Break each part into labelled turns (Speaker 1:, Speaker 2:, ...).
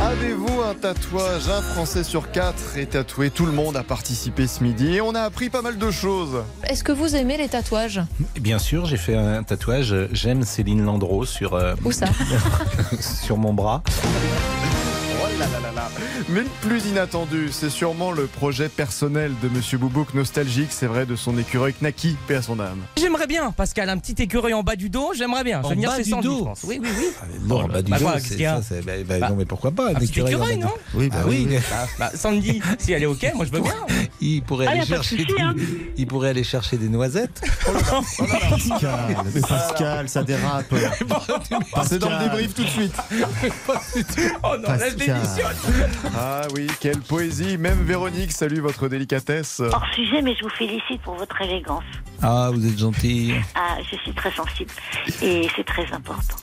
Speaker 1: Avez-vous un tatouage Un Français sur quatre est tatoué. Tout le monde a participé ce midi et on a appris pas mal de choses.
Speaker 2: Est-ce que vous aimez les tatouages
Speaker 3: Bien sûr, j'ai fait un tatouage. euh, J'aime Céline Landreau sur, euh,
Speaker 2: Où ça
Speaker 3: sur mon bras.
Speaker 1: Oh là là là là. Mais le plus inattendu, c'est sûrement le projet personnel de Monsieur Boubouk, nostalgique, c'est vrai, de son écureuil Knaki, paix à son âme.
Speaker 4: J'aimerais bien, Pascal, un petit écureuil en bas du dos, j'aimerais bien.
Speaker 5: En
Speaker 4: J'aime bien
Speaker 5: bas
Speaker 4: ces
Speaker 5: du
Speaker 4: sandwichs,
Speaker 5: dos
Speaker 4: je pense. Oui, oui, oui.
Speaker 3: Non, bah, du
Speaker 4: bah,
Speaker 3: tout,
Speaker 4: quoi,
Speaker 3: c'est-
Speaker 4: qu'est-ce qu'il y a
Speaker 3: ça, c'est- bah, bah,
Speaker 4: Bah,
Speaker 3: non, mais pourquoi pas
Speaker 4: Un petit écureuil, non
Speaker 3: Oui, bah,
Speaker 5: Ah
Speaker 3: oui.
Speaker 4: bah, Sandy, si elle est OK, moi je veux bien.
Speaker 3: Il
Speaker 4: Ah,
Speaker 3: pourrait, aller chercher des,
Speaker 4: hein.
Speaker 3: il pourrait aller chercher des noisettes.
Speaker 5: Pascal, mais Pascal, ça dérape.
Speaker 1: C'est dans le débrief tout de suite.
Speaker 4: Oh non, là je
Speaker 5: Pascal.
Speaker 4: démissionne.
Speaker 1: Ah oui, quelle poésie. Même Véronique salue votre délicatesse.
Speaker 6: Hors sujet, mais je vous félicite pour votre élégance.
Speaker 3: Ah, vous êtes gentil.
Speaker 6: Ah, je suis très sensible et c'est très important.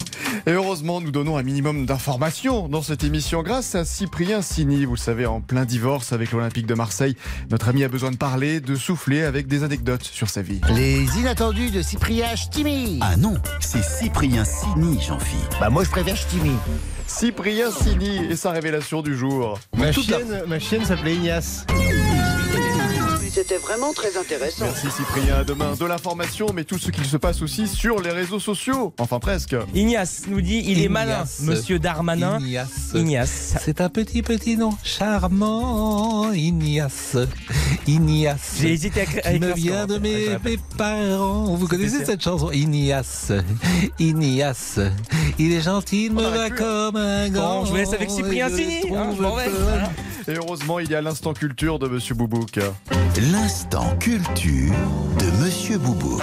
Speaker 1: Et heureusement, nous donnons un minimum d'informations dans cette émission grâce à Cyprien Sini. Vous le savez, en plein divorce avec l'Olympique de Marseille, notre ami a besoin de parler, de souffler avec des anecdotes sur sa vie.
Speaker 5: Les inattendus de Cyprien Ch'timi.
Speaker 7: Ah non, c'est Cyprien Sini, jean philippe
Speaker 5: Bah moi je préfère Ch'timi.
Speaker 1: Cyprien Sini et sa révélation du jour.
Speaker 8: Ma
Speaker 3: Toute la-
Speaker 8: chienne, ma chienne s'appelait Ignace.
Speaker 9: C'était vraiment très intéressant.
Speaker 1: Merci Cyprien, à demain de l'information, mais tout ce qu'il se passe aussi sur les réseaux sociaux. Enfin presque.
Speaker 4: Ignace nous dit, il est
Speaker 3: Ignace.
Speaker 4: malin, monsieur Darmanin.
Speaker 3: Ignace.
Speaker 4: Ignace.
Speaker 3: C'est un petit, petit nom. Charmant, Ignace. Ignace.
Speaker 4: J'ai hésité à écrire.
Speaker 3: Qui me vient de mes, mes parents. Vous connaissez
Speaker 4: plaisir.
Speaker 3: cette chanson Ignace, Ignace. Il est gentil, il me
Speaker 1: aurait
Speaker 3: va
Speaker 1: pu, hein.
Speaker 3: comme un gant.
Speaker 4: je vous laisse avec Cyprien
Speaker 3: et je
Speaker 4: Sini,
Speaker 3: le
Speaker 4: hein, je
Speaker 3: trouve
Speaker 4: m'en vais.
Speaker 3: bonne.
Speaker 4: Voilà.
Speaker 1: Et heureusement, il y a l'instant culture de Monsieur Boubouk.
Speaker 7: L'instant culture de Monsieur Boubouk.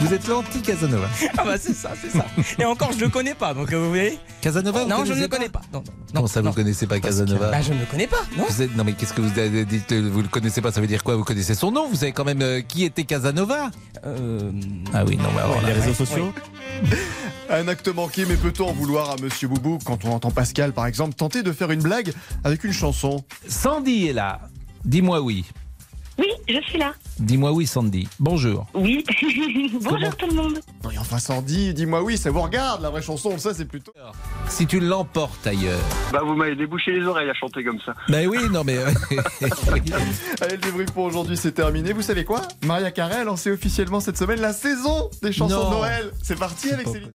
Speaker 3: Vous êtes l'anti Casanova.
Speaker 4: Ah bah c'est ça, c'est ça. Et encore, je le connais pas, donc euh, vous voyez.
Speaker 3: Casanova vous
Speaker 4: non, je ne le
Speaker 3: pas
Speaker 4: connais pas. Non, non, non,
Speaker 3: Comment ça, vous
Speaker 4: non.
Speaker 3: connaissez pas Casanova
Speaker 4: Bah je ne le connais pas, non
Speaker 3: vous êtes, non mais qu'est-ce que vous avez- dites euh, Vous le connaissez pas, ça veut dire quoi Vous connaissez son nom Vous savez quand même euh, qui était Casanova
Speaker 4: Euh,
Speaker 3: Ah oui, non, bah, alors là,
Speaker 5: Les réseaux sociaux
Speaker 1: Un acte manqué, mais peut-on en vouloir à Monsieur Boubouk quand on entend Pascal, par exemple, tenter de faire une blague avec une chanson
Speaker 3: Sandy est là. Dis-moi oui.
Speaker 6: Oui, je suis là.
Speaker 3: Dis-moi oui, Sandy. Bonjour.
Speaker 6: Oui. Bonjour tout le monde.
Speaker 1: Non, et enfin, Sandy, dis-moi oui, ça vous regarde, la vraie chanson, on le sait, c'est plutôt.
Speaker 3: Si tu l'emportes ailleurs.
Speaker 9: Bah, vous m'avez débouché les oreilles à chanter comme ça.
Speaker 3: Ben oui, non mais.
Speaker 1: Allez, le débrief pour aujourd'hui, c'est terminé. Vous savez quoi Maria Carey a lancé officiellement cette semaine la saison des chansons
Speaker 3: Non.
Speaker 1: de Noël. C'est parti avec Céline.